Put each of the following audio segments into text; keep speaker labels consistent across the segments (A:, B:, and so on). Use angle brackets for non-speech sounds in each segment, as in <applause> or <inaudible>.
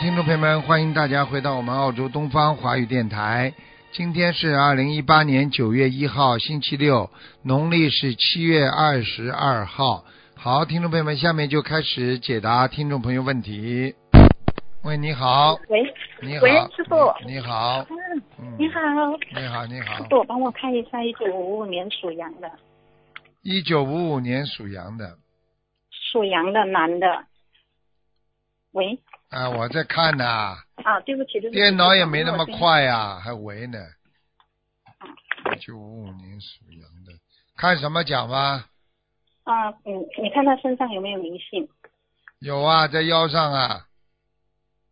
A: 众朋友们，欢迎大家回到我们澳洲东方华语电台。今天是二零一八年九月一号，星期六，农历是七月二十二号。好，听众朋友们，下面就开始解答听众朋友问题。喂，你好，
B: 喂，
A: 你好
B: 喂，师傅，
A: 你好，
B: 嗯，
A: 嗯，
B: 你好，
A: 你好，你好
B: 师。傅，帮我看一下一九五五年属羊的，
A: 一九五五年属羊的，
B: 属羊的男的。喂，
A: 啊，我在看呐、
B: 啊，对不起，对不起，
A: 电脑也没那么
B: 我先。
A: 快呀、还围呢。九五五年属羊的，看什么讲吧？
B: 啊，嗯，你看他身上有没有灵性？
A: 有啊，在腰上啊，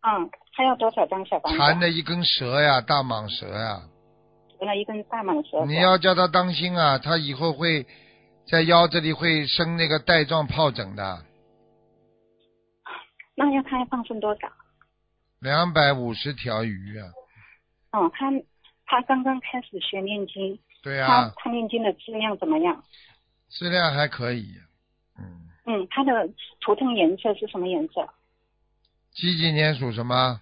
B: 嗯，他要多少张小房
A: 缠
B: 子？啊
A: 着一根蛇呀、大蟒蛇呀、
B: 除了一根大蟒蛇。
A: 你要叫他当心啊，他以后会在腰这里会生那个带状疱疹的，
B: 那要看放生多少？
A: 两百五十条鱼啊。
B: 嗯，他他刚刚开始学念经，
A: 对
B: 他
A: 啊，
B: 他念经的质量怎么样？
A: 质量还可以。嗯，
B: 嗯，他的图腾颜色是什么颜色？
A: 几几年属什么？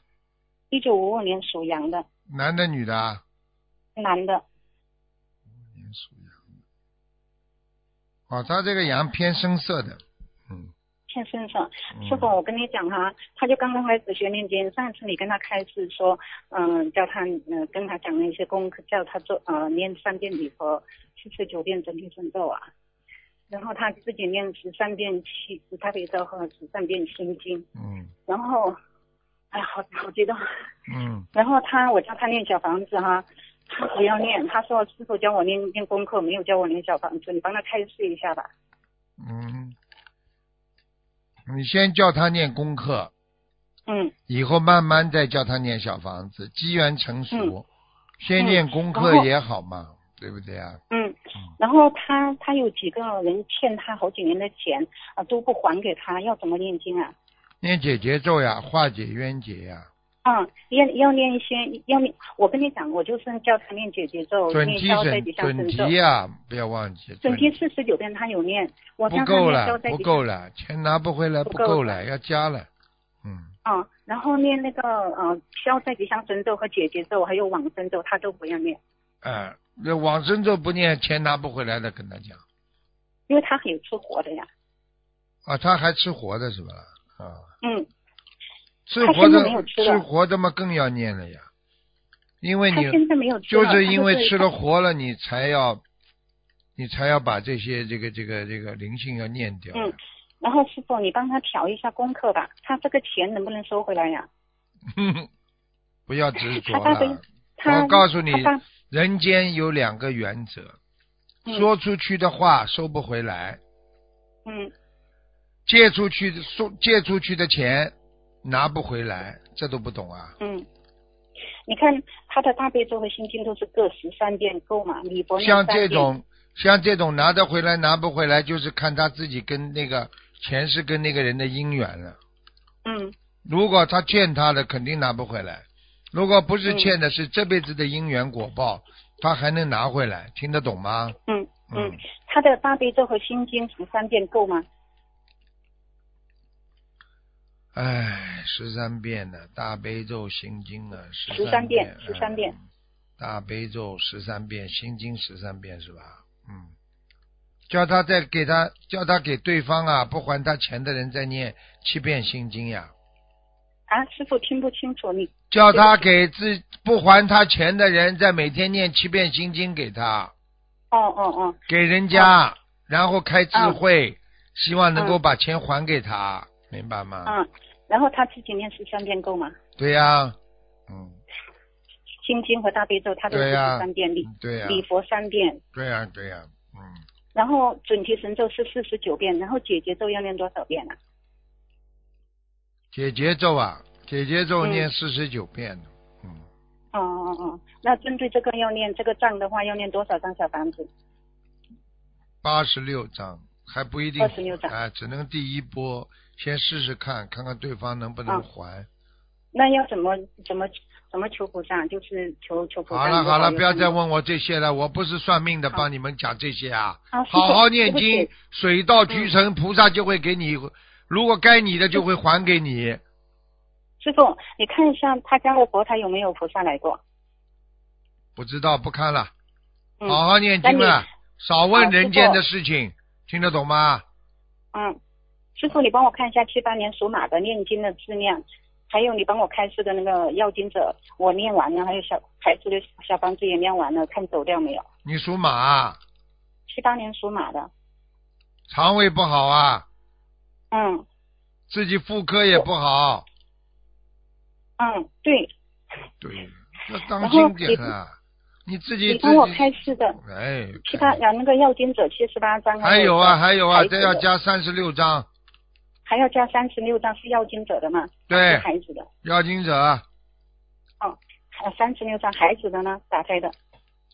B: 一九五五年属羊的
A: 男的女的啊？
B: 男的。
A: 年属羊的。哦，他这个羊偏深色的。嗯。
B: 欠身上，
A: 嗯
B: 师傅，我跟你讲哈、他就刚刚开始学念经。上次你跟他开示说，嗯、叫他，嗯、跟他讲了一些功课，叫他做，呃，念三遍礼佛，四十九遍整体神咒啊，然后他自己念十三遍七，他别咒和十三遍心经，
A: 嗯
B: 然后，哎，好好激动。
A: 嗯
B: 然后他，我叫他念小房子哈、他不要念，他说师傅教我念念功课，没有教我念小房子，你帮他开示一下吧。
A: 嗯，你先叫他念功课，
B: 嗯，
A: 以后慢慢再叫他念小房子，机缘成熟，
B: 嗯
A: 先念功
B: 嗯然
A: 课
B: 后
A: 也好嘛，对不对啊？
B: 嗯，然后他他有几个人欠他好几年的钱啊，都不还给他，要怎么念经啊？
A: 念解结咒呀，化解冤结呀，
B: 嗯，要要念一些，要念。我跟你讲，我就是叫他念姐姐咒，
A: 准
B: 哦念
A: 提
B: 消灾
A: 神
B: 吉祥
A: 准
B: 神咒
A: 提。呀，不要忘记
B: 准
A: 准
B: 提四十九遍他有念，我
A: 不
B: 让他
A: 够
B: 念消
A: 了，
B: 灾
A: 不
B: 吉祥。
A: 够了，钱拿不回来，
B: 不
A: 不
B: 够
A: 够了，要加了，嗯，
B: 嗯，然后念那个呃消灾吉祥神咒和姐姐咒，还有往生咒，他都不要念，
A: 哎、那往生咒不念，钱拿不回来的，跟他讲
B: 因为他很有吃活的呀。
A: 啊，他还吃活的是吧？啊。
B: 嗯，
A: 吃
B: 他
A: 活
B: 现在
A: 的
B: 没有吃
A: 吃
B: 了
A: 活的嘛更要念了呀，因为
B: 他
A: 你
B: 现在没有吃
A: 就
B: 了，
A: 是因为
B: 他
A: 吃了活了，你才要你才要把这些这个这个这个灵性要念掉呀。
B: 嗯然后师傅，你帮他调一下功课吧，他这个钱能不能收回来呀？
A: <laughs> 不要执着
B: 嗯他大悲
A: 了。
B: 他
A: 我告诉你
B: 他大
A: 人间有两个原则，
B: 嗯
A: 说出去的话收不回来，
B: 嗯
A: 借出去的送借出去的钱拿不回来，这都不懂啊。
B: 嗯，你看他的大悲咒和心经都是各十三遍够嘛？李博
A: 像这种像这种拿得回来拿不回来，就是看他自己跟那个前世跟那个人的姻缘了。
B: 嗯
A: 如果他欠他的，肯定拿不回来；如果不是
B: 嗯
A: 欠的，是这辈子的因缘果报，他还能拿回来，听得懂吗？
B: 嗯嗯，他的大悲咒和心经十三遍够吗？
A: 唉，哎十三遍呢、大悲咒、心经啊，十
B: 13遍
A: 遍，
B: 13遍
A: 嗯大悲咒十三遍，心经十三遍是吧？嗯，叫他再给他，叫他给对方啊，不还他钱的人再念七遍心经呀、
B: 啊，师傅听不清楚你。
A: 叫他给自不还他钱的人再每天念七遍心经给他，
B: 哦哦哦，
A: 给人家，然后开智慧，希望能够把钱还给他，明白吗？
B: 嗯，然后他自己念十三遍够吗？
A: 对呀、嗯，
B: 心经和大悲咒他都
A: 对
B: 是
A: 呀
B: 十三遍，礼
A: 对呀、
B: 礼佛三遍，
A: 对呀、对呀、嗯。
B: 然后准提神咒是四十九遍，然后姐姐咒要念多少遍啊？
A: 解结咒啊，解结咒
B: 嗯
A: 念四十九遍，嗯，
B: 哦哦哦，那针对这个要念这个账的话，要念多少张小房子？
A: 八十六章还不一定，
B: 86章
A: 哎，只能第一波先试试看，看看对方能不能
B: 嗯
A: 还。
B: 那要怎么怎么怎么求菩萨？就是求求菩萨。
A: 好了好了，不要再
B: 问。
A: 问我这些了，我不是算命的，
B: 好
A: 帮你们讲这些啊。
B: 啊师傅
A: 好好念
B: 对
A: 经
B: 不起，
A: 水
B: 嗯
A: 到渠成，菩萨就会给你，如果该你的就会还给你。
B: 师傅，你看一下他家的佛台有没有菩萨来过？
A: 不知道不看了，
B: 嗯
A: 好好念经
B: 那
A: 了
B: 你，
A: 少问
B: 好师
A: 人间
B: 傅
A: 的事情，听得懂吗？
B: 嗯，师傅，你帮我看一下七八年属马的念经的质量，还有你帮我开示的那个要经者，我念完了，还有小孩子的小房子也念完了，看走掉没有？
A: 你属马，
B: 七八年属马的，
A: 肠胃不好啊，
B: 嗯
A: 自己妇科也不好，
B: 嗯，对，
A: 对，要当心点
B: 然
A: 啊，你自己
B: 你
A: 自
B: 帮我
A: 己，
B: 开示的
A: 哎，
B: 七八啊那个要经者七十八章，
A: 还有啊，还有啊，
B: 孩子
A: 这
B: 的
A: 要加三十六章，
B: 还要加三十六章是要经者的嘛？
A: 对
B: 是孩子的，
A: 要经者
B: 啊，三十六章孩子的呢？打开的，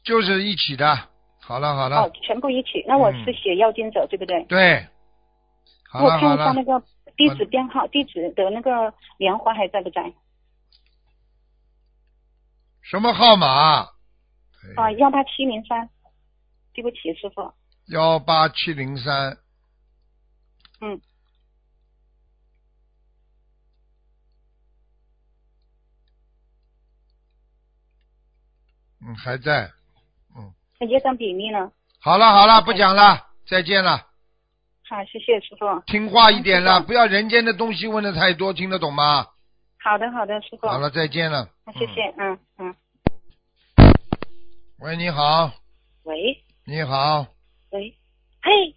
A: 就是一起的。好了好了，
B: 哦，全部一起。那我是写要经者、对不对？
A: 对，好
B: 我
A: 了
B: 看
A: 好
B: 一下那
A: 了，
B: 个地址编号，地址的那个莲花还在不在？
A: 什么号码？嗯哎
B: 啊，幺八七零三，对不起，师傅，
A: 幺八七零三。
B: 嗯。
A: 嗯，还在。
B: 那业障比例呢？
A: 好了好了，不讲了，再见了，
B: 好，啊谢谢师傅。
A: 听话一点了，
B: 嗯
A: 不要人间的东西问的太多，听得懂吗？
B: 好的，好的，师傅，
A: 好了，再见了。
B: 那谢谢，嗯嗯。
A: 喂，你好，
B: 喂
A: 你好，
B: 喂，嘿，哎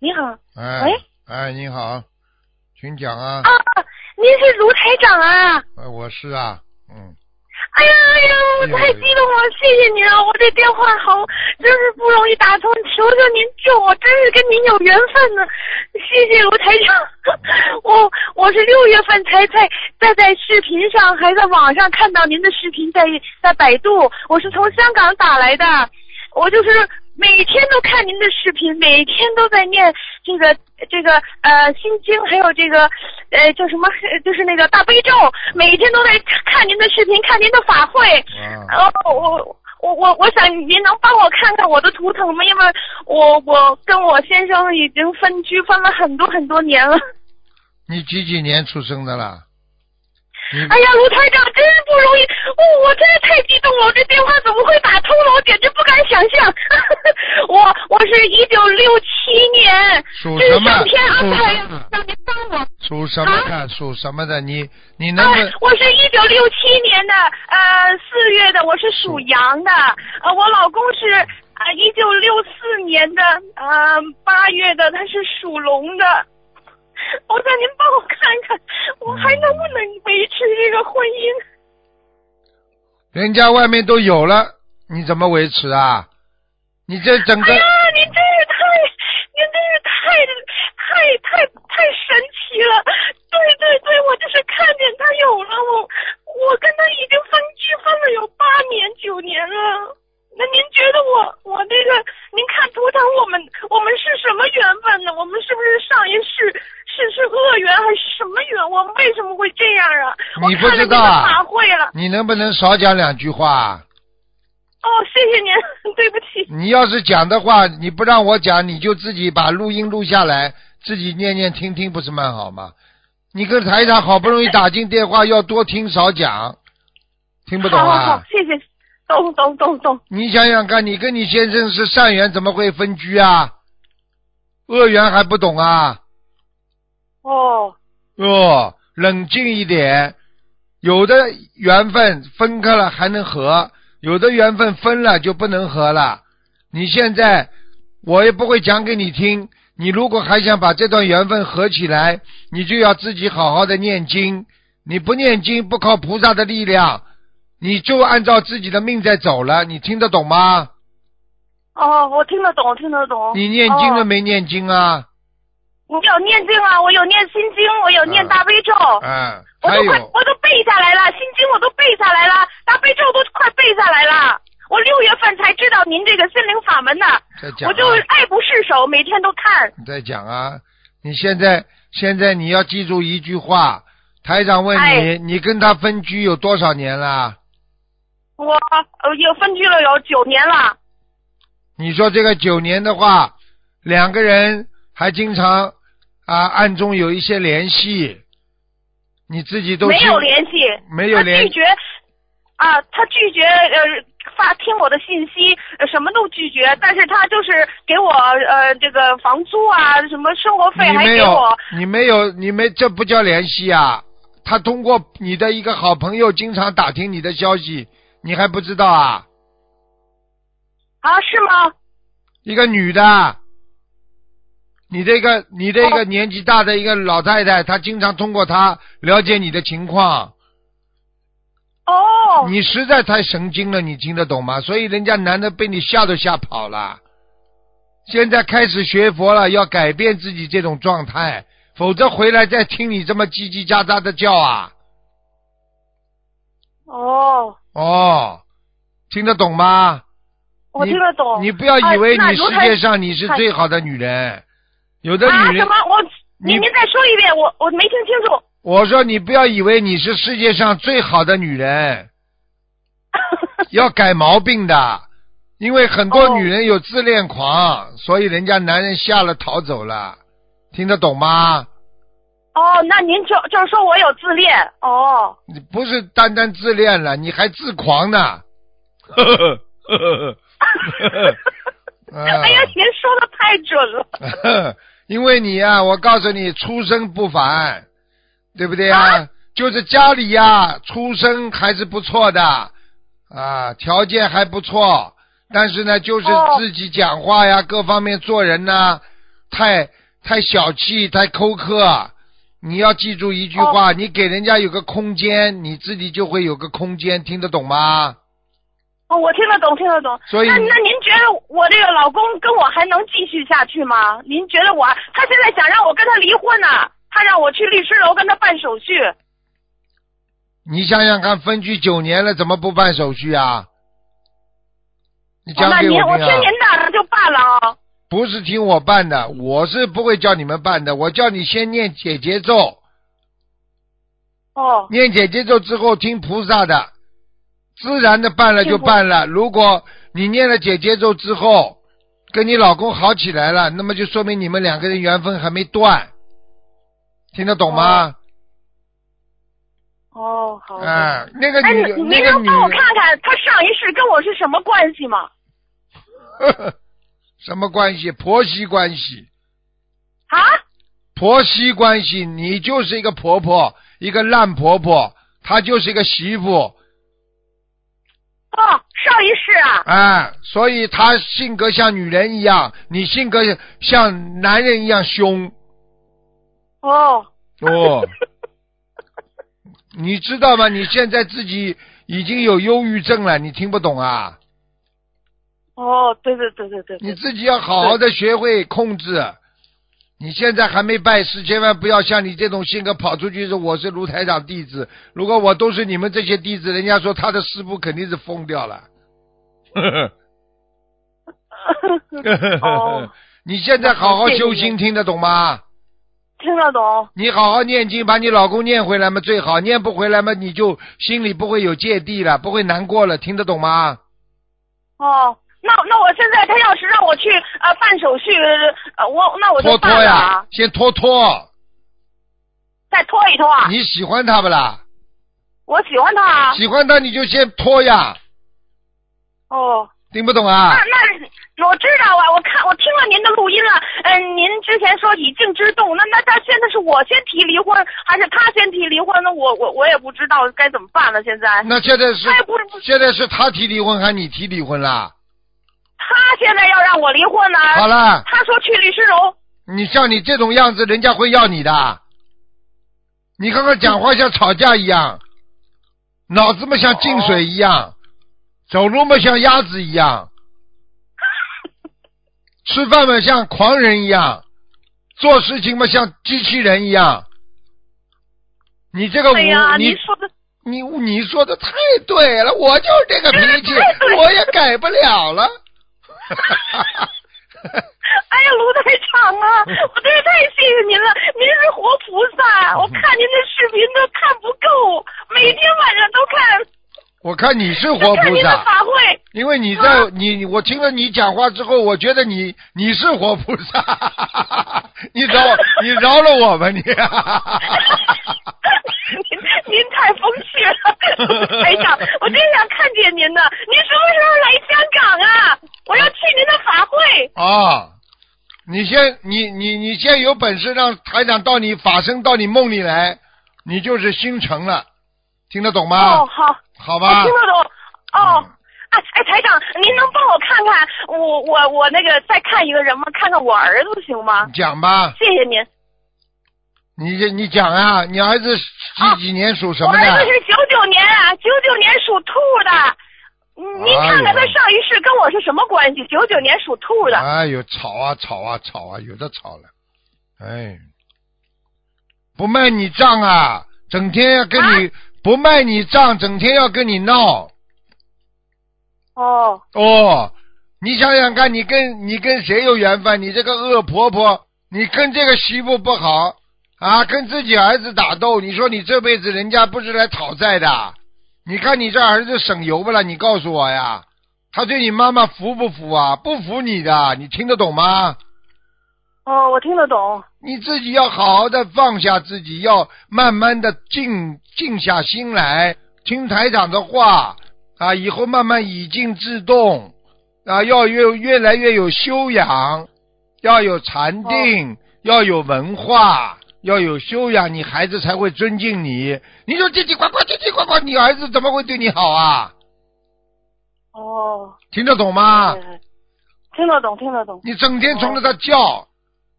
B: 你好
A: 哎，
C: 喂
A: 哎，你好，请讲啊，
C: 啊，您是卢台长啊！
A: 哎，我是啊，嗯，
C: 哎呀哎呀，我太激动了，谢谢您啊！我这电话好，真是不容易打通，求求您救我，真是跟您有缘分呢、谢谢卢台长，我我是六月份才在在在视频上还在网上看到您的视频在，在百度，我是从香港打来的，我就是每天都看您的视频，每天都在念这个这个呃心经，还有这个呃叫什么，呃就是那个大悲咒，每天都在看您的视频，看您的法会。
A: 啊，
C: 哦，我我我我想您能帮我看看我的图腾吗？因为我我跟我先生已经分居分了很多很多年了。
A: 你几几年出生的啦？你
C: 哎呀，卢台长真是不容易，哦、我真是太激动了，我这电话怎么会打通了？我简直不敢想象。 <laughs> 我我是一九六七年，
A: 属
C: 这
A: 什
C: 是
A: 么
C: 上？天安
A: 属
C: 排
A: 什么
C: 让您帮我。
A: 属什么的？属什么的？你你能不
C: 啊哎，我是一九六七年的，呃，四月的，我是属羊的，呃，我老公是啊一九六四年的，呃，八月的，他是属龙的。 <laughs> 我想您帮我看看，我还能不能维持这个婚姻？
A: 人家外面都有了，你怎么维持啊？你这整个
C: 哎呀，您真是太，您真是太太太太神奇了！对对对，我就是看见他有了我，我跟他已经分居分了有八年九年了。那您觉得我我这个，您看图腾，我们我们是什么缘分呢？我们是不是上一世是是恶缘还是什么缘？我们为什么会这样啊？我
A: 你不
C: 看了
A: 知
C: 您
A: 道
C: 的
A: 啊
C: 法会了。
A: 你能不能少讲两句话啊？
C: 哦，谢谢您，对不起。
A: 你要是讲的话，你不让我讲，你就自己把录音录下来，自己念念听听，不是蛮好吗？你跟台长好不容易打进电话，要多听少讲，听不懂啊？
C: 好好好，谢谢，懂懂懂懂。
A: 你想想看，你跟你先生是善缘，怎么会分居啊？恶缘还不懂啊？
C: 哦，
A: 哦，冷静一点。有的缘分分开了还能合，有的缘分分了就不能合了。你现在我也不会讲给你听。你如果还想把这段缘分合起来，你就要自己好好的念经。你不念经，不靠菩萨的力量，你就按照自己的命在走了。你听得懂吗？
C: 哦，我听得懂，听得懂。
A: 你念经了
C: 哦？
A: 没念经啊？
C: 我有念经啊，我有念心经，我有念大悲咒，
A: 嗯，
C: 我
A: 啊还
C: 都快
A: 有
C: 我都背下来了，心经我都背下来了，大悲咒都快背下来了。我六月份才知道您这个心灵法门呢，
A: 再讲啊、
C: 我就爱不释手，每天都看。
A: 你在讲啊，你现在现在你要记住一句话，台长问你，
C: 哎
A: 你跟他分居有多少年啦？
C: 我呃也分居了有九年了，
A: 你说这个九年的话，两个人还经常啊暗中有一些联系，你自己都
C: 没有
A: 听
C: 联系，
A: 没有联
C: 他拒绝啊，他拒绝呃发听我的信息、呃什么都拒绝，但是他就是给我呃这个房租啊，什么生活费
A: 你
C: 还
A: 没
C: 给
A: 有
C: 我，，
A: 你没有，你没这不叫联系啊！他通过你的一个好朋友经常打听你的消息，你还不知道啊？
C: 啊是吗？
A: 一个女的，你这个你这个年纪大的一个老太太，她经常通过她了解你的情况，
C: 哦，
A: 你实在太神经了，你听得懂吗？所以人家男的被你吓都吓跑了。现在开始学佛了，要改变自己这种状态，否则回来再听你这么叽叽喳喳的叫啊！
C: 哦，
A: 哦，听得懂吗？
C: 我
A: 你
C: 听得懂。
A: 你不要以为
C: 啊
A: 你
C: 那如
A: 世
C: 台
A: 界上你是最好的女人，有的
C: 啊
A: 女
C: 什
A: 人，
C: 么？我
A: 你
C: 您您再说一遍，我我没听清楚。 <laughs>
A: 我说你不要以为你是世界上最好的女人，要改毛病的，因为很多
C: 哦
A: 女人有自恋狂，所以人家男人吓了逃走了，听得懂吗？
C: 哦，那您就就是说我有自恋哦。
A: 你不是单单自恋了，你还自狂
C: <laughs>
A: 呢， <laughs> 啊呵呵呵呵呵呵。嗯
C: 哎呀，您说的太准了。
A: <laughs> 因为你啊，我告诉你，出身不凡，对不对啊？就是家里呀、出身还是不错的，啊，条件还不错，但是呢，就是
C: 哦
A: 自己讲话呀，各方面做人呐、太太小气，太抠客。你要记住一句话，你给人家有个空间，你自己就会有个空间，听得懂吗？
C: 哦，我听得懂，听得懂。
A: 所以
C: 那
A: 你
C: 那您觉得我这个老公跟我还能继续下去吗？您觉得我他现在想让我跟他离婚呢、他让我去律师楼跟他办手续。哦
A: 你想想看，分居九年了，怎么不办手续啊？你
C: 哦
A: 讲
C: 那
A: 给
C: 您
A: 我
C: 我
A: 听
C: 听
A: 啊！
C: 您的那就办了啊。
A: 不是听我办的，我是不会叫你们办的。我叫你先念解结咒，
C: 哦
A: 念解结咒之后听菩萨的，自然的办了就
C: 听菩
A: 办了。如果你念了解结咒之后，跟你老公好起来了，那么就说明你们两个人缘分还没断，听得懂吗？
C: 哦，好的。
A: 哎、那个
C: 哎，
A: 女，
C: 你
A: 那
C: 您
A: 个
C: 能
A: 女
C: 帮我看看他上一世跟我是什么关系吗？
A: 看 <laughs> 什么关系？婆媳关系。
C: 啊？
A: 婆媳关系，你就是一个婆婆，一个烂婆婆，她就是一个媳妇，
C: 哦，上一世啊。
A: 哎，所以她性格像女人一样，你性格像男人一样凶
C: 哦。
A: 哦。你知道吗？你现在自己已经有忧郁症了，你听不懂啊？
C: 哦，对对对对对
A: 你
C: 对，
A: 自己要好好的学会控制。你现在还没拜师，千万不要像你这种性格跑出去说我是卢台长弟子。如果我都是你们这些弟子，人家说他的师傅肯定是疯掉了。
C: 哦，
A: 你现在好好修
C: 谢谢
A: 心，听得懂吗？
C: <laughs> 听得懂。
A: 你好好念经，把你老公念回来嘛最好，念不回来嘛你就心里不会有芥蒂了，不会难过了，听得懂吗？
C: 哦，那那我现在他要是让我去呃办手续，呃我那我
A: 拖拖
C: 就办了
A: 呀
C: 啊，，
A: 先拖拖。
C: 再拖一拖啊。
A: 你喜欢他不啦？
C: 我喜欢他啊。
A: 喜欢他你就先拖呀，
C: 哦，
A: 听不懂啊
C: 那？那我知道啊，我看我听了您的录音了，嗯、您之前说以静制动，那那他现在是我先提离婚，还是他先提离婚？那我我我也不知道该怎么办了。现在
A: 那现在是
C: 他也不是
A: 现在是他提离婚还是你提离婚啦？
C: 他现在要让我离婚呢、
A: 好了，
C: 他说去律师楼。
A: 你像你这种样子，人家会要你的。你刚刚讲话像吵架一样，脑子嘛像进水一样，走路嘛像鸭子一 <laughs> 样，吃饭嘛像狂人一样，做事情嘛像机器人一样。你这个无、
C: 哎呀，
A: 你
C: 您说的。
A: 你你说的太对了，我就是这个脾气
C: 太对，了
A: 我也改不了
C: <laughs>
A: 了。
C: 哎呀，卢台长啊，我真是太谢谢您了，您是活菩萨，我看您的视频都看不够，每天晚上都看，
A: 我看你是活
C: 都看
A: 菩
C: 您的
A: 萨，
C: 法啊会。 <laughs>
A: 因为你在你我听了你讲话之后，我觉得你你是活菩萨，你饶你饶了我吧你。
C: 您您太风趣了，台长，我真想看见您呢。您什么时候来香港啊？我要去您的法会。
A: 啊，你先，你你你先有本事让台长到你法身到你梦里来，你就是心诚了，听得懂吗？
C: 哦，好，
A: 好
C: 我
A: 吧
C: 听，得懂。哦
A: 啊嗯。
C: 啊，哎，台长，您能帮我看看我我我那个再看一个人吗？看看我儿子行吗
A: 你？讲吧，
C: 谢谢您。
A: 你这你讲啊，你儿子几几年属什
C: 啊我
A: 么
C: 儿
A: 的
C: 子？是九九年啊，九九年属兔的。嗯您看看
A: 哎
C: 他
A: 呦
C: 上一世跟我是什么关系？九九年属兔的。
A: 哎呦，吵啊吵啊吵啊，有的吵了，哎，不卖你账啊，整天要跟你、
C: 啊
A: 不卖你账，整天要跟你闹
C: 哦，
A: 哦。你想想看，你跟你跟谁有缘分？你这个恶婆婆，你跟这个媳妇不好啊，跟自己儿子打斗，你说你这辈子人家不是来讨债的？你看你这儿子省油不啦？你告诉我呀，他对你妈妈服不服啊？不服你的，你听得懂吗？
C: 哦，我听得懂。
A: 你自己要好好的放下自己，要慢慢的静静下心来，听台长的话啊，以后慢慢以静制动啊，要越越来越有修养，要有禅定，要有文化，要有修养，你孩子才会尊敬你。你说叽叽呱呱，叽叽呱呱，你儿子怎么会对你好啊？
C: 哦。
A: 听得懂吗？
C: 对。听得懂，听得懂。
A: 你整天冲着他叫，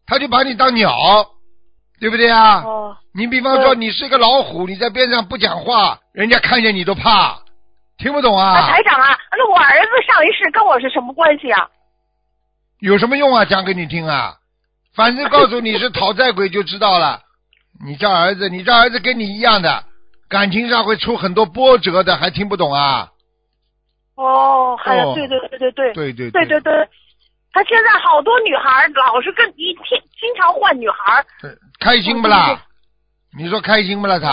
A: 他就把你当鸟，对不对啊？
C: 哦。
A: 你比方说
C: 对
A: 你是个老虎，你在边上不讲话，人家看见你都怕，听不懂
C: 那
A: 啊
C: 台？长啊，那我儿子上一世跟我是什么关系啊？
A: 有什么用啊？讲给你听啊，反正告诉你是讨债鬼就知道了。你这儿子，你这儿子跟你一样的，感情上会出很多波折的，还听不懂啊？
C: 哦，还有
A: 哦
C: 对对对对
A: 对
C: 对
A: 对
C: 对对对，他现在好多女孩儿老是跟一天经常换女孩儿。
A: 对，开心不
C: 对对
A: 啦？你说开心不啦？他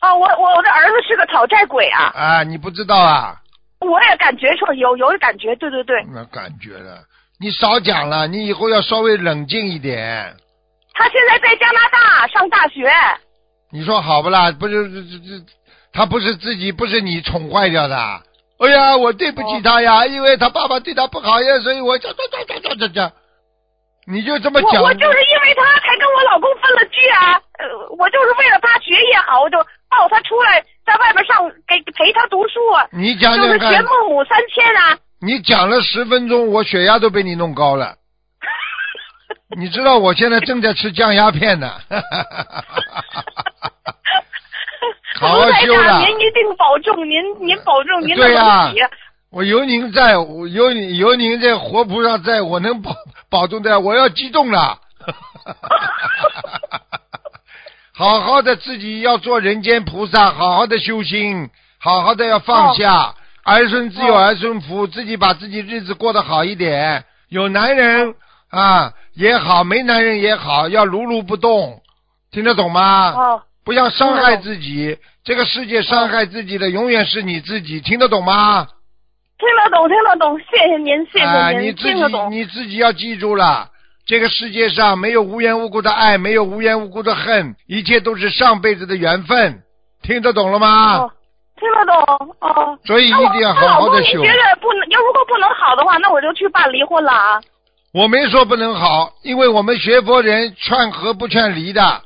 C: 啊，我我我的儿子是个讨债鬼啊，
A: 啊，你不知道啊？
C: 我也感觉说有有感觉，对对对，
A: 那感觉了，你少讲了，你以后要稍微冷静一点。
C: 他现在在加拿大上大学。
A: 你说好不啦？不是这这这，他不是自己，不是你宠坏掉的。哎呀，我对不起他呀，因为他爸爸对他不好呀，所以我这这这这这这这，你就这么
C: 我
A: 讲，
C: 我就是因为他才跟我老公分了居啊，呃，我就是为了他学业好，我就抱他出来在外边上给陪他读书啊，
A: 你讲
C: 就
A: 讲
C: 是学
A: 看，
C: 孟母三迁
A: <laughs>
C: 啊。
A: 你讲了十分钟，我血压都被你弄高了。你知道我现在正在吃降压片
C: <laughs>
A: 呢，好好
C: 卢台
A: 修
C: 长，
A: 了
C: 您一定保重，您您保重您的
A: 对呀啊
C: 身体。
A: 我有您在，我有你有您这活菩萨在，我能保保重的，我要激动了。 <laughs> 好好的自己要做人间菩萨，好好的修心，好好的要放下，儿孙自有
C: 哦
A: 儿孙福，自己把自己日子过得好一点。有男
C: 哦
A: 人啊也好，没男人也好，要如如不动，听得懂吗？
C: 哦，
A: 不要伤害自己，这个世界伤害自己的永远是你自己，听得懂吗？
C: 听得懂，听得懂，谢谢您，谢
A: 啊，
C: 谢
A: 你
C: 您，
A: 自
C: 听得
A: 己
C: 懂。
A: 你自己要记住了，这个世界上没有无缘无故的爱，没有无缘无故的恨，一切都是上辈子的缘分，听得懂了吗？
C: 哦，听得懂哦。
A: 所以一
C: 那我
A: 定要好好
C: 我老
A: 的
C: 公
A: 修
C: 你。觉得不能，要如果不能好的话，那我就去办离婚了啊。
A: 我没说不能好，因为我们学佛人劝和不劝离的，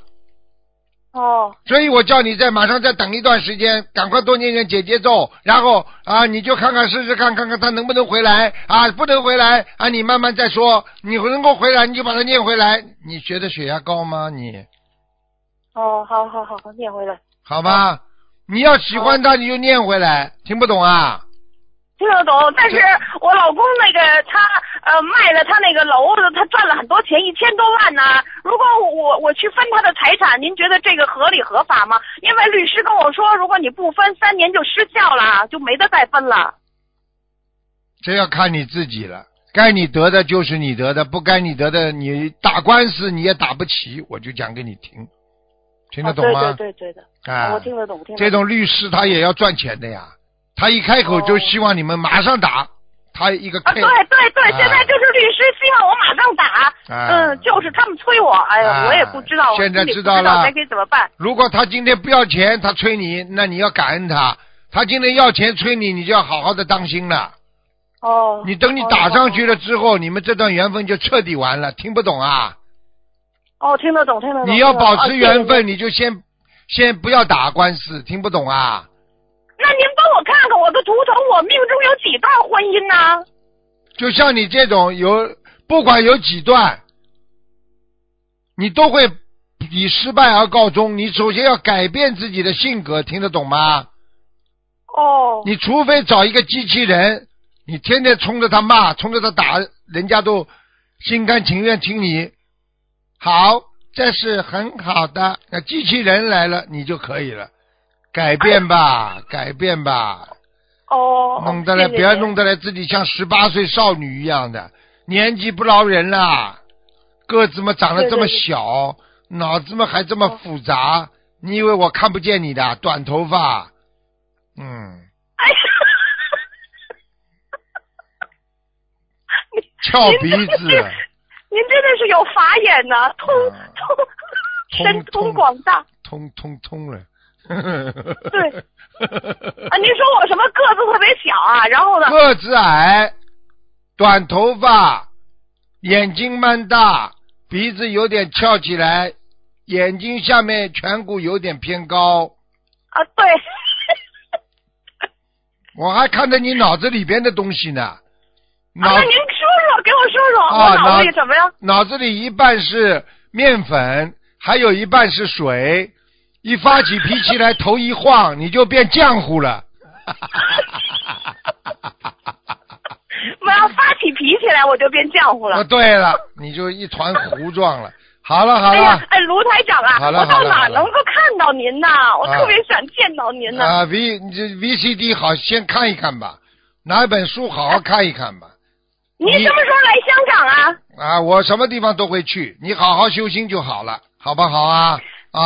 C: 哦，
A: 所以我叫你再马上再等一段时间，赶快多念念姐姐咒，然后啊，你就看看试试看看看他能不能回来啊，不能回来啊，你慢慢再说，你能够回来你就把它念回来。你觉得血压高吗？你？
C: 哦，好好好，我念回来，
A: 好吧？你要喜欢他，你就念回来，听不懂啊？
C: 听得懂。但是我老公那个他呃卖了他那个楼子，他赚了很多钱，一千多万呢、如果我我去分他的财产，您觉得这个合理合法吗？因为律师跟我说，如果你不分，三年就失效了，就没得再分了。
A: 这要看你自己了。该你得的就是你得的，不该你得的，你打官司你也打不起。我就讲给你听，听得懂吗？
C: 啊对对对对的，
A: 啊
C: 我，听得懂，我听得懂。
A: 这种律师他也要赚钱的呀，他一开口就希望你们马上打，还有一个
C: 哦啊，
A: K，
C: 对对对，
A: 啊
C: 现在就是律师希望我马上打，
A: 啊
C: 嗯，就是他们催我，哎
A: 啊
C: 呀，我也不知道，
A: 现在
C: 我自己
A: 知
C: 不
A: 道
C: 道
A: 了
C: 该该怎么办？
A: 如果他今天不要钱，他催你，那你要感恩他；他今天要钱催你，你就要好好的当心了。
B: 哦，
A: 你等你打上去了之后，你们这段缘分就彻底完了。听不懂啊？
B: 哦，听得懂，听得懂。
A: 你要
B: 听得懂
A: 保持缘
C: 啊
A: 分，你就先先不要打官司。听不懂啊？
C: 那您帮我看看我的图腾，我命中有几段婚姻呢？
A: 就像你这种有，不管有几段，你都会以失败而告终。你首先要改变自己的性格，听得懂吗？
C: 哦，
A: 你除非找一个机器人，你天天冲着他骂，冲着他打，人家都心甘情愿听你。好，这是很好的。那机器人来了，你就可以了。改变吧，改变吧，
C: 哦，
A: 弄得来
C: 谢谢
A: 不要
C: 您
A: 弄得来自己像十八岁少女一样的，年纪不饶人啦，个子嘛长得
B: 对
A: 这么
B: 对对
A: 小，脑子嘛还这么复杂，你以为我看不见你的短头发？嗯。
C: 哎呀，
A: 翘鼻
C: <laughs>
A: 子，
C: 您真的是有法眼呐、通
A: 啊
C: 通
A: 通
C: 神
A: 通
C: 通广大啊
A: 通通通了。
C: <laughs> 对啊！您说我什么个子特别小啊？然后呢？
A: <laughs> 个子矮，短头发，眼睛蛮大，鼻子有点翘起来，眼睛下面颧骨有点偏高。
C: 啊，对，
A: 我还看着你脑子里边的东西呢，脑
C: 啊、那您说说，给我说说，
A: 啊
C: 我脑子里
A: 脑
C: 怎么样？
A: 脑子里一半是面粉，还有一半是水。一发起脾气来，头一晃，你就变浆糊
C: <laughs>
A: 了。
C: 我要发起脾气来，我就变浆糊了。
A: 哦，对了，你就一团糊状了。好了好
C: 哎呀
A: 了，，
C: 哎，卢台长啊，
A: 好了
C: 我
A: 好
C: 到
A: 了
C: 哪
A: 好
C: 儿
A: 了
C: 能够看到您呐？我
A: 啊
C: 特别想见到您呐。
A: 啊，V 你这 VCD 好，先看一看吧，拿一本书好好看一看吧。
C: 您
A: 你
C: 什么时候来香港啊？
A: 啊，我什么地方都会去，你好好修心就好了，好不好啊？啊，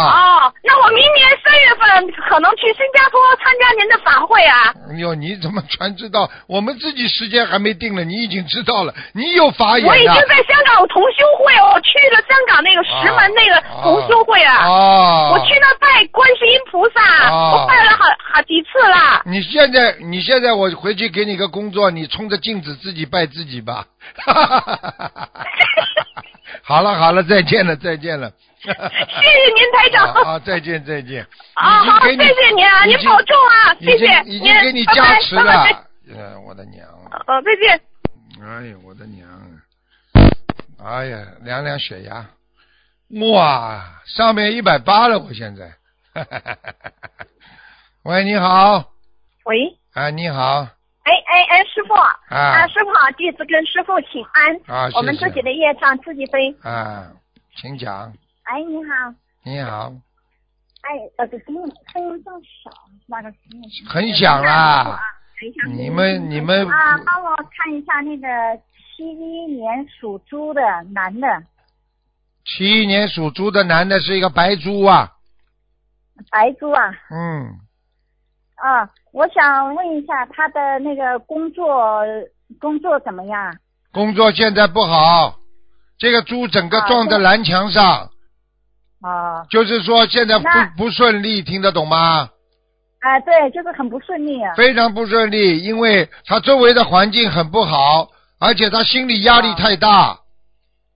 C: 哦，那我明年三月份可能去新加坡参加您的法会啊。
A: 哎呦，你怎么全知道？我们自己时间还没定呢，你已经知道了，你有法眼
C: 我已
A: 呐
C: 经。在香港同修会，我去了香港那个石
A: 啊
C: 门那个同修会啊，
A: 哦，
C: 我去那拜观世音菩萨，
A: 哦
C: 我拜了好好几次了。
A: 你现在，你现在，我回去给你个工作，你冲着镜子自己拜自己吧。 <laughs> 好了好了，再见了再
C: <laughs>
A: 见了。
C: 谢谢您台长，
A: 啊啊，再见再见。
C: 啊
A: 已经
C: 好，
A: 给你
C: 谢谢您啊，
A: 已
C: 您
A: 经
C: 保重啊，谢
A: 已
C: 谢
A: 经已
C: 您，
A: 经给你
C: 拜
A: 加
C: 拜
A: 持
C: 拜
A: 了
C: 拜。
A: 呃，我的娘啊，
C: 拜呃，再见。
A: 哎呦，我的娘啊！哎呀，量量血压，哇，上面一百八了，我现在。 <laughs> 喂，你好，
D: 喂，
A: 啊，你好，
D: 哎哎哎，师傅啊
A: 啊
D: 师傅好，弟子跟师傅请安。
A: 啊，谢
D: 我们自己
A: 谢。
D: 的业障自己背。
A: 啊，请讲。
D: 哎，你好，
A: 你好，
D: 哎，呃，这声音声音更小，那个声音是
A: 很响啊啦。
D: 谁想听
A: 你们你们
D: 啊，帮我看一下那个七一年属猪的男的
A: 七一年属猪的男的是一个白猪啊，
D: 白猪啊
A: 嗯，
D: 啊，我想问一下他的那个工作工作怎么样？啊
A: 工作现在不好，这个猪整个撞在栏墙上，
D: 哦，
A: 就是说现在不
D: 那
A: 不顺利，听得懂吗？
D: 啊，对，就是很不顺利啊。
A: 非常不顺利，因为他周围的环境很不好，而且他心理压力太大，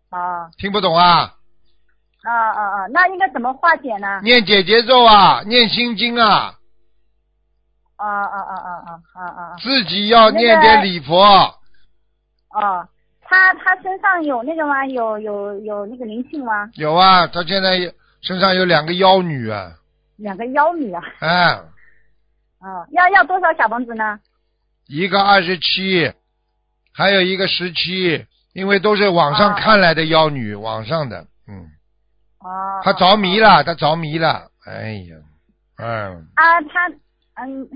D: 啊
A: 听不懂啊？
D: 啊啊啊，那应该怎么化解呢？
A: 念姐姐咒啊，念心经啊，
D: 啊啊啊啊啊啊啊！
A: 自己要
D: 那个
A: 念点礼佛，
D: 哦，他他身上有那个吗？有有有那个灵性吗？
A: 有啊，他现在身上有两个妖女啊，
D: 两个妖女啊！
A: 哎。
D: 哦，要要多少小房子呢？
A: 一个二十七，还有一个十七，因为都是网上
D: 啊
A: 看来的妖女，网上的，嗯，
D: 哦，
A: 她着迷了，她着迷了，哎呀，嗯，
D: 啊，他嗯，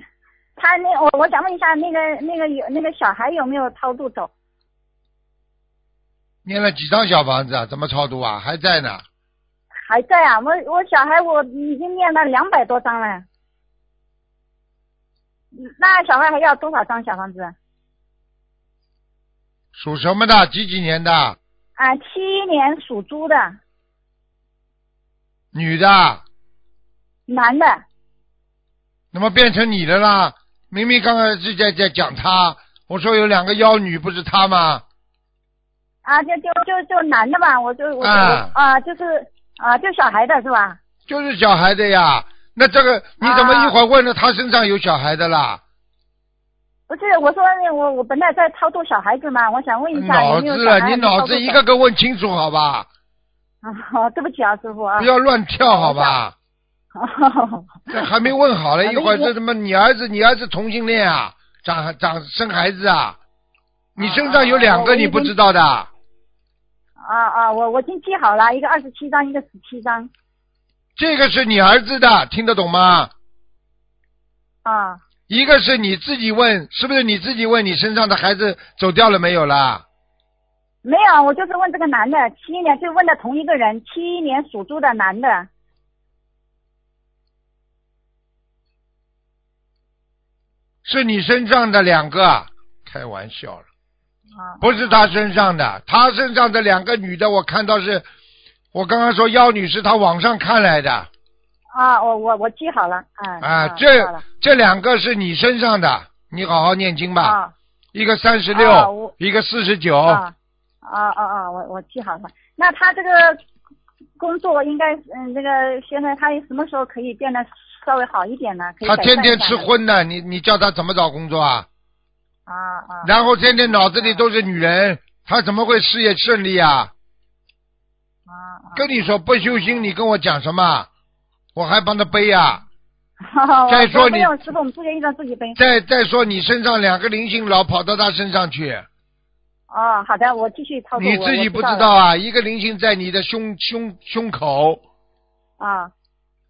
D: 他那我我想问一下，那个那个有那个小孩有没有超度走？
A: 念了几张小房子啊？怎么超度啊？还在呢？
D: 还在啊，我我小孩我已经念了两百多张了。啊那小孩还要多少张小房子？
A: 属什么的？几几年的？
D: 啊，七一年属猪的，
A: 女的，
D: 男的，
A: 怎么变成你的啦？明明刚才是在在讲她，我说有两个妖女，不是她吗？
D: 啊，就就就就男的吧，我就我就
A: 啊
D: 啊，就是啊，就小孩的是吧？
A: 就是小孩的呀。那这个你怎么
D: 啊
A: 一会儿问了她身上有小孩的啦？
D: 不是，我说我我本来在操作小孩子嘛，我想问一下
A: 脑
D: 有没有
A: 子
D: 小孩
A: 了，你脑子一个个问清楚好吧，
D: 啊， <laughs> 好对不起啊，师傅啊
A: 不。要乱跳好吧。这还没问好
D: 好
A: 呢，
D: 的
A: 一会儿
D: 已经
A: 这他妈你儿子，你儿子同性恋啊，长长生孩子啊，你身上有两
D: 啊
A: 个
D: 我已
A: 你不
D: 经
A: 知道
D: <laughs>
A: 的，
D: 啊啊，我我已经记好了，一个二十七张，一个十七张。
A: 这个是你儿子的，听得懂吗？
D: 啊
A: 一个是你自己问，是不是你自己问你身上的孩子走掉了没有啦？
D: 没有，我就是问这个男的，七一年就问的同一个人，七一年属猪的男的。啊
A: 是你身上的两个，开玩笑了，
D: 啊，
A: 不是他身上的，他身上的两个女的，我看到是，我刚刚说妖女是他网上看来的
D: 啊，我我我记好了，啊
A: 啊，
D: 记好
A: 这
D: 了
A: 这两个是你身上的，你好好念经吧。
D: 啊
A: 一个三十
D: 啊
A: 六
D: 我，
A: 一个四十九，
D: 啊啊啊啊，我我记好了。那他这个工作应该，嗯，这个现在他什么时候可以变得稍微好一点呢？可以
A: 他
D: 改
A: 天
D: 善
A: 天
D: 一下
A: 吃
D: 呢
A: 荤的，你你叫他怎么找工作啊？
D: 啊啊，
A: 然后天天脑子里都是女人，他怎么会事业顺利啊？
D: 啊 <laughs>
A: 跟你说不修心，你跟我讲什么？我还帮他背啊！
D: 啊，
A: 再说
D: 没
A: 你
D: 有师傅，我们自己遇到自己背。
A: 再再说你身上两个灵性老跑到他身上去，
D: 哦，好的，我继续操作。
A: 你
D: 我
A: 自己
D: 我知
A: 不知
D: 道
A: 道
D: 了
A: 啊？一个灵性在你的胸胸胸口，
D: 啊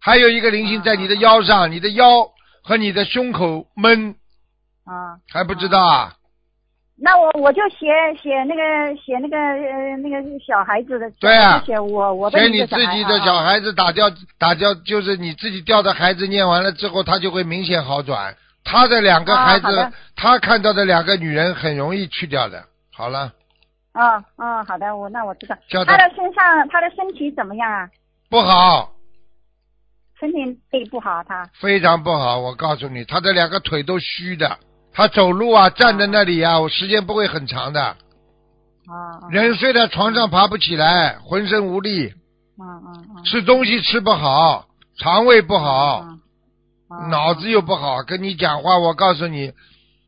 A: 还有一个灵性在你的腰上，你的腰和你的胸口闷，
D: 啊。
A: 还不知道啊？
D: 那我我就写写那个写那个呃那个小孩子的，
A: 对啊
D: 就写我哦我
A: 所
D: 的
A: 以
D: 一
A: 你
D: 个
A: 自己的
D: 啊
A: 小孩子打掉打掉，就是你自己掉的孩子念完了之后，他就会明显好转。他的两个
D: 啊
A: 孩
D: 好
A: 子
D: 的，
A: 他看到的两个女人很容易去掉的。好了，
D: 啊啊，好的，我那我知道。
A: 叫
D: 他
A: 他
D: 的身上，他的身体怎么样啊？
A: 不好，
D: 身体背不好，他
A: 非常不好。我告诉你，他的两个腿都虚的，他走路啊，站在那里啊，我时间不会很长的。
D: 啊，嗯
A: 人睡在床上爬不起来，浑身无力，
D: 嗯嗯嗯，
A: 吃东西吃不好，肠胃不好。
D: 嗯，嗯
A: 脑子又不好，跟你讲话，我告诉你，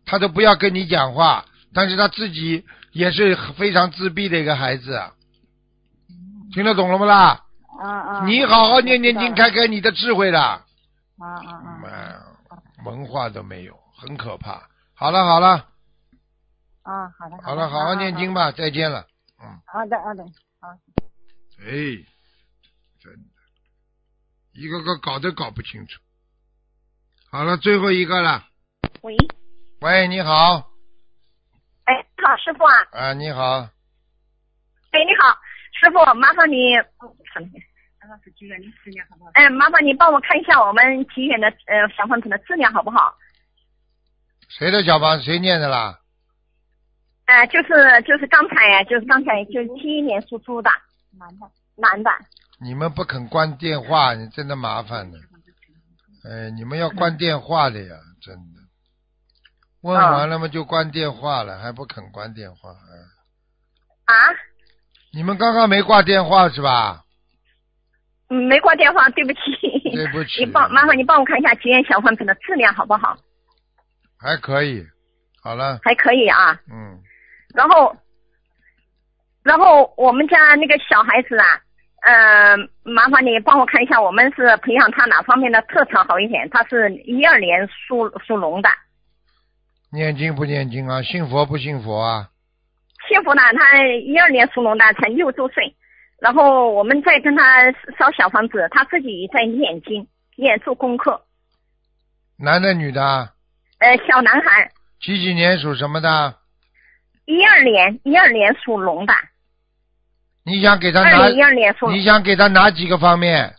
A: 他都不要跟你讲话，但是他自己也是非常自闭的一个孩子，听得懂了吗啦？
D: 嗯嗯，
A: 你好好念
D: 我知
A: 念
D: 道
A: 经，
D: 了
A: 开开你的智慧啦，
D: 嗯嗯嗯，
A: 嗯，文化都没有，很可怕。好了好了
D: 啊，好的，
A: 好了，好好念经
D: 吧。
A: 吧，再见了。
D: 好的，好的，
A: 哎，真的，一个个搞都搞不清楚。好了，最后一个了。
C: 喂，
A: 喂，你好，
C: 哎，你好，师傅啊，
A: 啊，你好，
C: 哎，你好，师傅，麻烦你，哎，麻烦你帮我看一下我们体检的呃小黄品的质量好不好？
A: 谁的小房谁念的啦？
C: 哎、就是就是刚才呀，就是刚才就是七一年属猪的
D: 男的，
C: 男的，
A: 你们不肯关电话，你真的麻烦了。哎，你们要关电话的呀，真的。问完了嘛就关电话了，还不肯关电话。嗯
C: 啊，
A: 你们刚刚没挂电话是吧？
C: 嗯没挂电话，对不起。
A: 对不起
C: 你帮麻烦你帮我看一下体检小黄品的质量好不好？
A: 还可以，好了，
C: 还可以啊。
A: 嗯，
C: 然后，然后我们家那个小孩子啊，呃，麻烦你帮我看一下，我们是培养他哪方面的特长好一点？他是一二年属属龙的，
A: 念经不念经啊？信佛不信佛啊？
C: 幸福呢，他一二年属龙的，才六周岁。然后我们再跟他烧小房子，他自己在念经、念做功课。
A: 男的女的啊？
C: 呃，小男孩，
A: 几几年属什么的？
C: 一二年，一二年属龙的，
A: 你想给他
C: 二零一
A: 拿？
C: 二年属龙
A: 你想给他哪几个方面？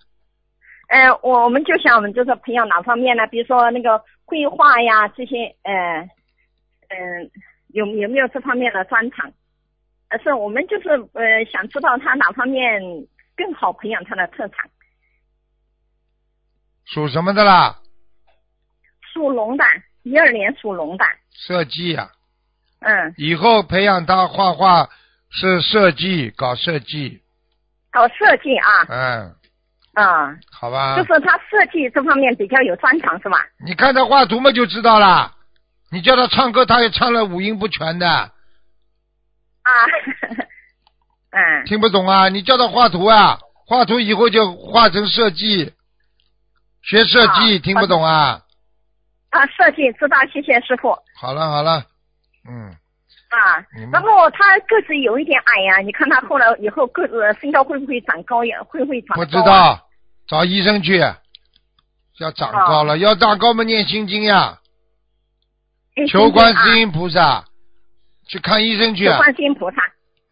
C: 呃，我我们就想，我们就是培养哪方面呢？比如说那个绘呃画呀，这些，呃，嗯、有有没有这方面的专长？呃是我们就是呃想知道他哪方面更好培养他的特长。
A: 属什么的啦？
C: 属龙的，一二年属龙的，
A: 设计呀、
C: 嗯，
A: 以后培养他画画是设计，搞设计，
C: 搞设计啊，
A: 嗯，
C: 啊、
A: 好吧。
C: 就是他设计这方面比较有专长是吧？
A: 你看他画图嘛就知道啦。你叫他唱歌，他也唱了五音不全的，
C: 啊， <laughs> 嗯，
A: 听不懂啊。你叫他画图啊，画图以后就画成设计，学设计，
C: 啊
A: 听不懂啊。
C: 啊，设计知道，谢谢师傅
A: 好了好了，嗯，
C: 啊
A: 明。白
C: 然后他个子有一点矮呀、你看他后来以后个子身高会不会长高呀？会不会长高、啊
A: 不知。道，找医生去。要长高
C: 啊
A: 了，要长高嘛念心经呀，
C: 哎
A: 求观世
C: 谢谢
A: 音菩萨，去看医生去
C: 啊啊，。求观世音菩萨。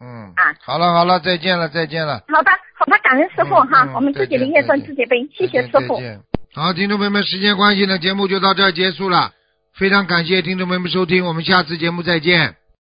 A: 嗯
C: 啊，
A: 好了好了，再见了再见了。
C: 好的，好的，感恩师傅
A: 嗯
C: 哈，
A: 嗯
C: 我们自己的业障自己背，谢谢师
A: 再见
C: 傅
A: 再。见好，听众朋友们，时间关系呢，节目就到这儿结束了。非常感谢听众朋友们收听，我们下次节目再见。